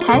台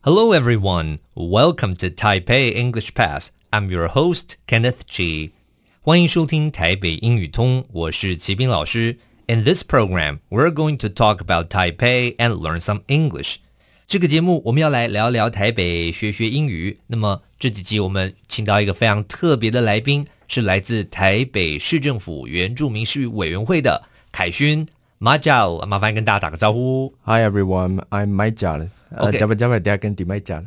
Hello, everyone. Welcome to Taipei English Pass. I'm your host, Kenneth Chi. 欢迎收听台北英语通，我是齐斌老师。In this program, we're going to talk about Taipei and learn some English. 这个节目我们要来聊聊台北学学英语。那么这几集我们请到一个非常特别的来宾，是来自台北市政府原住民事务委员会的凯勋 m a j a 麻烦跟大家打个招呼。 Hi everyone, I'm Mike Uh, Jal. Okay. 加班加班，大家跟 d i Mike Jal。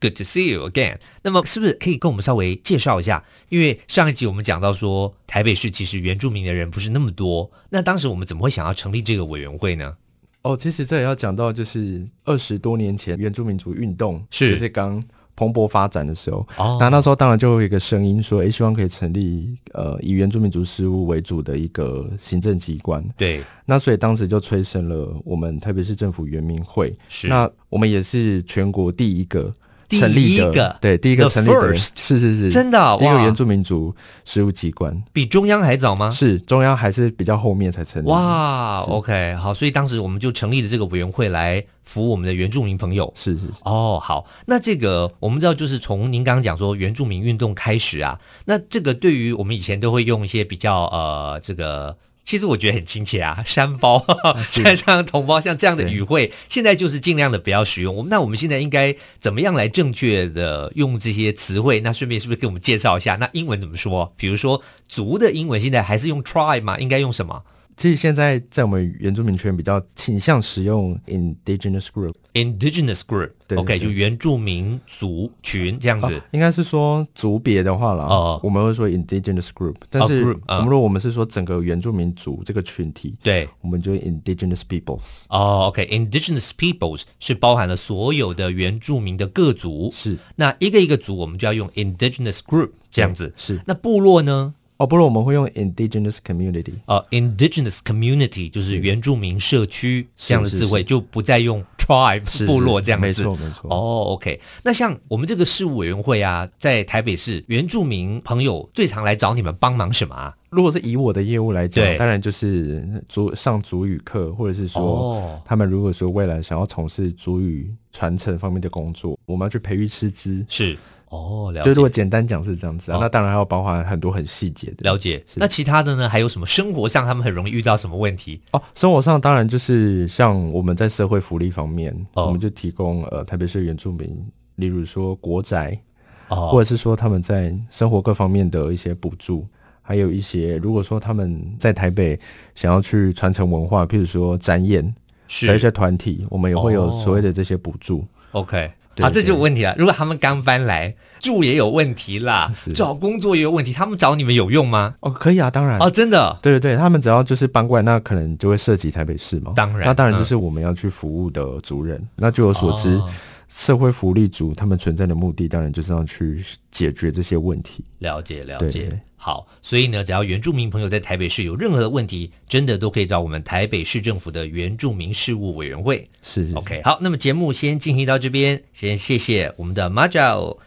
Good to see you again。那么是不是可以跟我们稍微介绍一下？因为上一集我们讲到说，台北市其实原住民的人不是那么多，那当时我们怎么会想要成立这个委员会呢？哦，其实这也要讲到，就是二十多年前原住民族运动是就是刚蓬勃发展的时候。哦那那时候当然就会有一个声音说，诶，希望可以成立呃以原住民族事务为主的一个行政机关。对，那所以当时就催生了我们特别是政府原民会。是那我们也是全国第一个第成立一个的，对，第一个 the 成立的 first 是是是，真的啊第一个哇原住民族事务机关。比中央还早吗？是中央还是比较后面才成立？啊哇是，OK，好，所以当时我们就成立了这个委员会来服务我们的原住民朋友。是是是，哦，好，那这个我们知道，就是从您刚刚讲说原住民运动开始啊，那这个对于我们以前都会用一些比较呃这个。其实我觉得很亲切啊， 山包、 是山上同胞，像这样的对语汇，现在就是尽量的不要使用。我们那我们现在应该怎么样来正确的用这些词汇？那顺便是不是给我们介绍一下？那英文怎么说？比如说族的英文现在还是用 try 吗？应该用什么？其实现在在我们原住民圈比较倾向使用 indigenous group， indigenous group，对 o k 对对就原住民族群这样啊子。应该是说族别的话啦，哦我们会说 indigenous group，但是，group，啊我们如果我们是说整个原住民族这个群体，对，我们就 indigenous peoples。哦，OK，indigenous、peoples 是包含了所有的原住民的各族，是那一个一个族我们就要用 indigenous group 这样子。是那部落呢？哦，不如我们会用 indigenous community。呃，indigenous community 就是原住民社区这样的是词是汇，是就不再用 tribe 是部落这样子。没错没错哦，OK，那像我们这个事务委员会啊，在台北市原住民朋友最常来找你们帮忙什么啊？如果是以我的业务来对讲，当然就是族上族语课，或者是哦说他们如果说未来想要从事族语传承方面的工作，我们要去培育师资。是哦，了就解如果简单讲是这样子啊，哦那当然还要包含很多很细节的了解。是那其他的呢？还有什么生活上他们很容易遇到什么问题？哦。生活上当然就是像我们在社会福利方面，哦我们就提供呃，特别是原住民，例如说国宅，哦，或者是说他们在生活各方面的一些补助，还有一些如果说他们在台北想要去传承文化，譬如说展演是的一些团体，我们也会有哦所谓的这些补助。 OK，对啊，这就对有问题了。如果他们刚搬来，住也有问题啦，是找工作也有问题，他们找你们有用吗？哦，可以啊，当然哦，真的对对对，他们只要就是搬过来，那可能就会涉及台北市嘛。当然那当然嗯就是我们要去服务的族人。那据我所知，哦社会福利组他们存在的目的，当然就是要去解决这些问题。了解了对解对。好，所以呢，只要原住民朋友在台北市有任何的问题，真的都可以找我们台北市政府的原住民事务委员会。是是是 OK，好，那么节目先进行到这边，先谢谢我们的 m a j o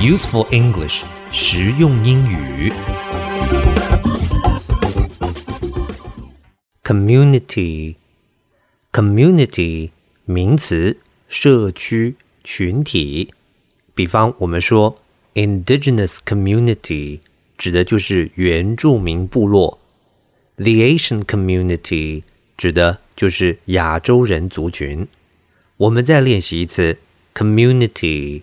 Useful English，实用英语。 community community 名词，社区、群体。比方我们说 indigenous community 指的就是原住民部落，the Asian community 指的就是亚洲人族群。我们再练习一次 community。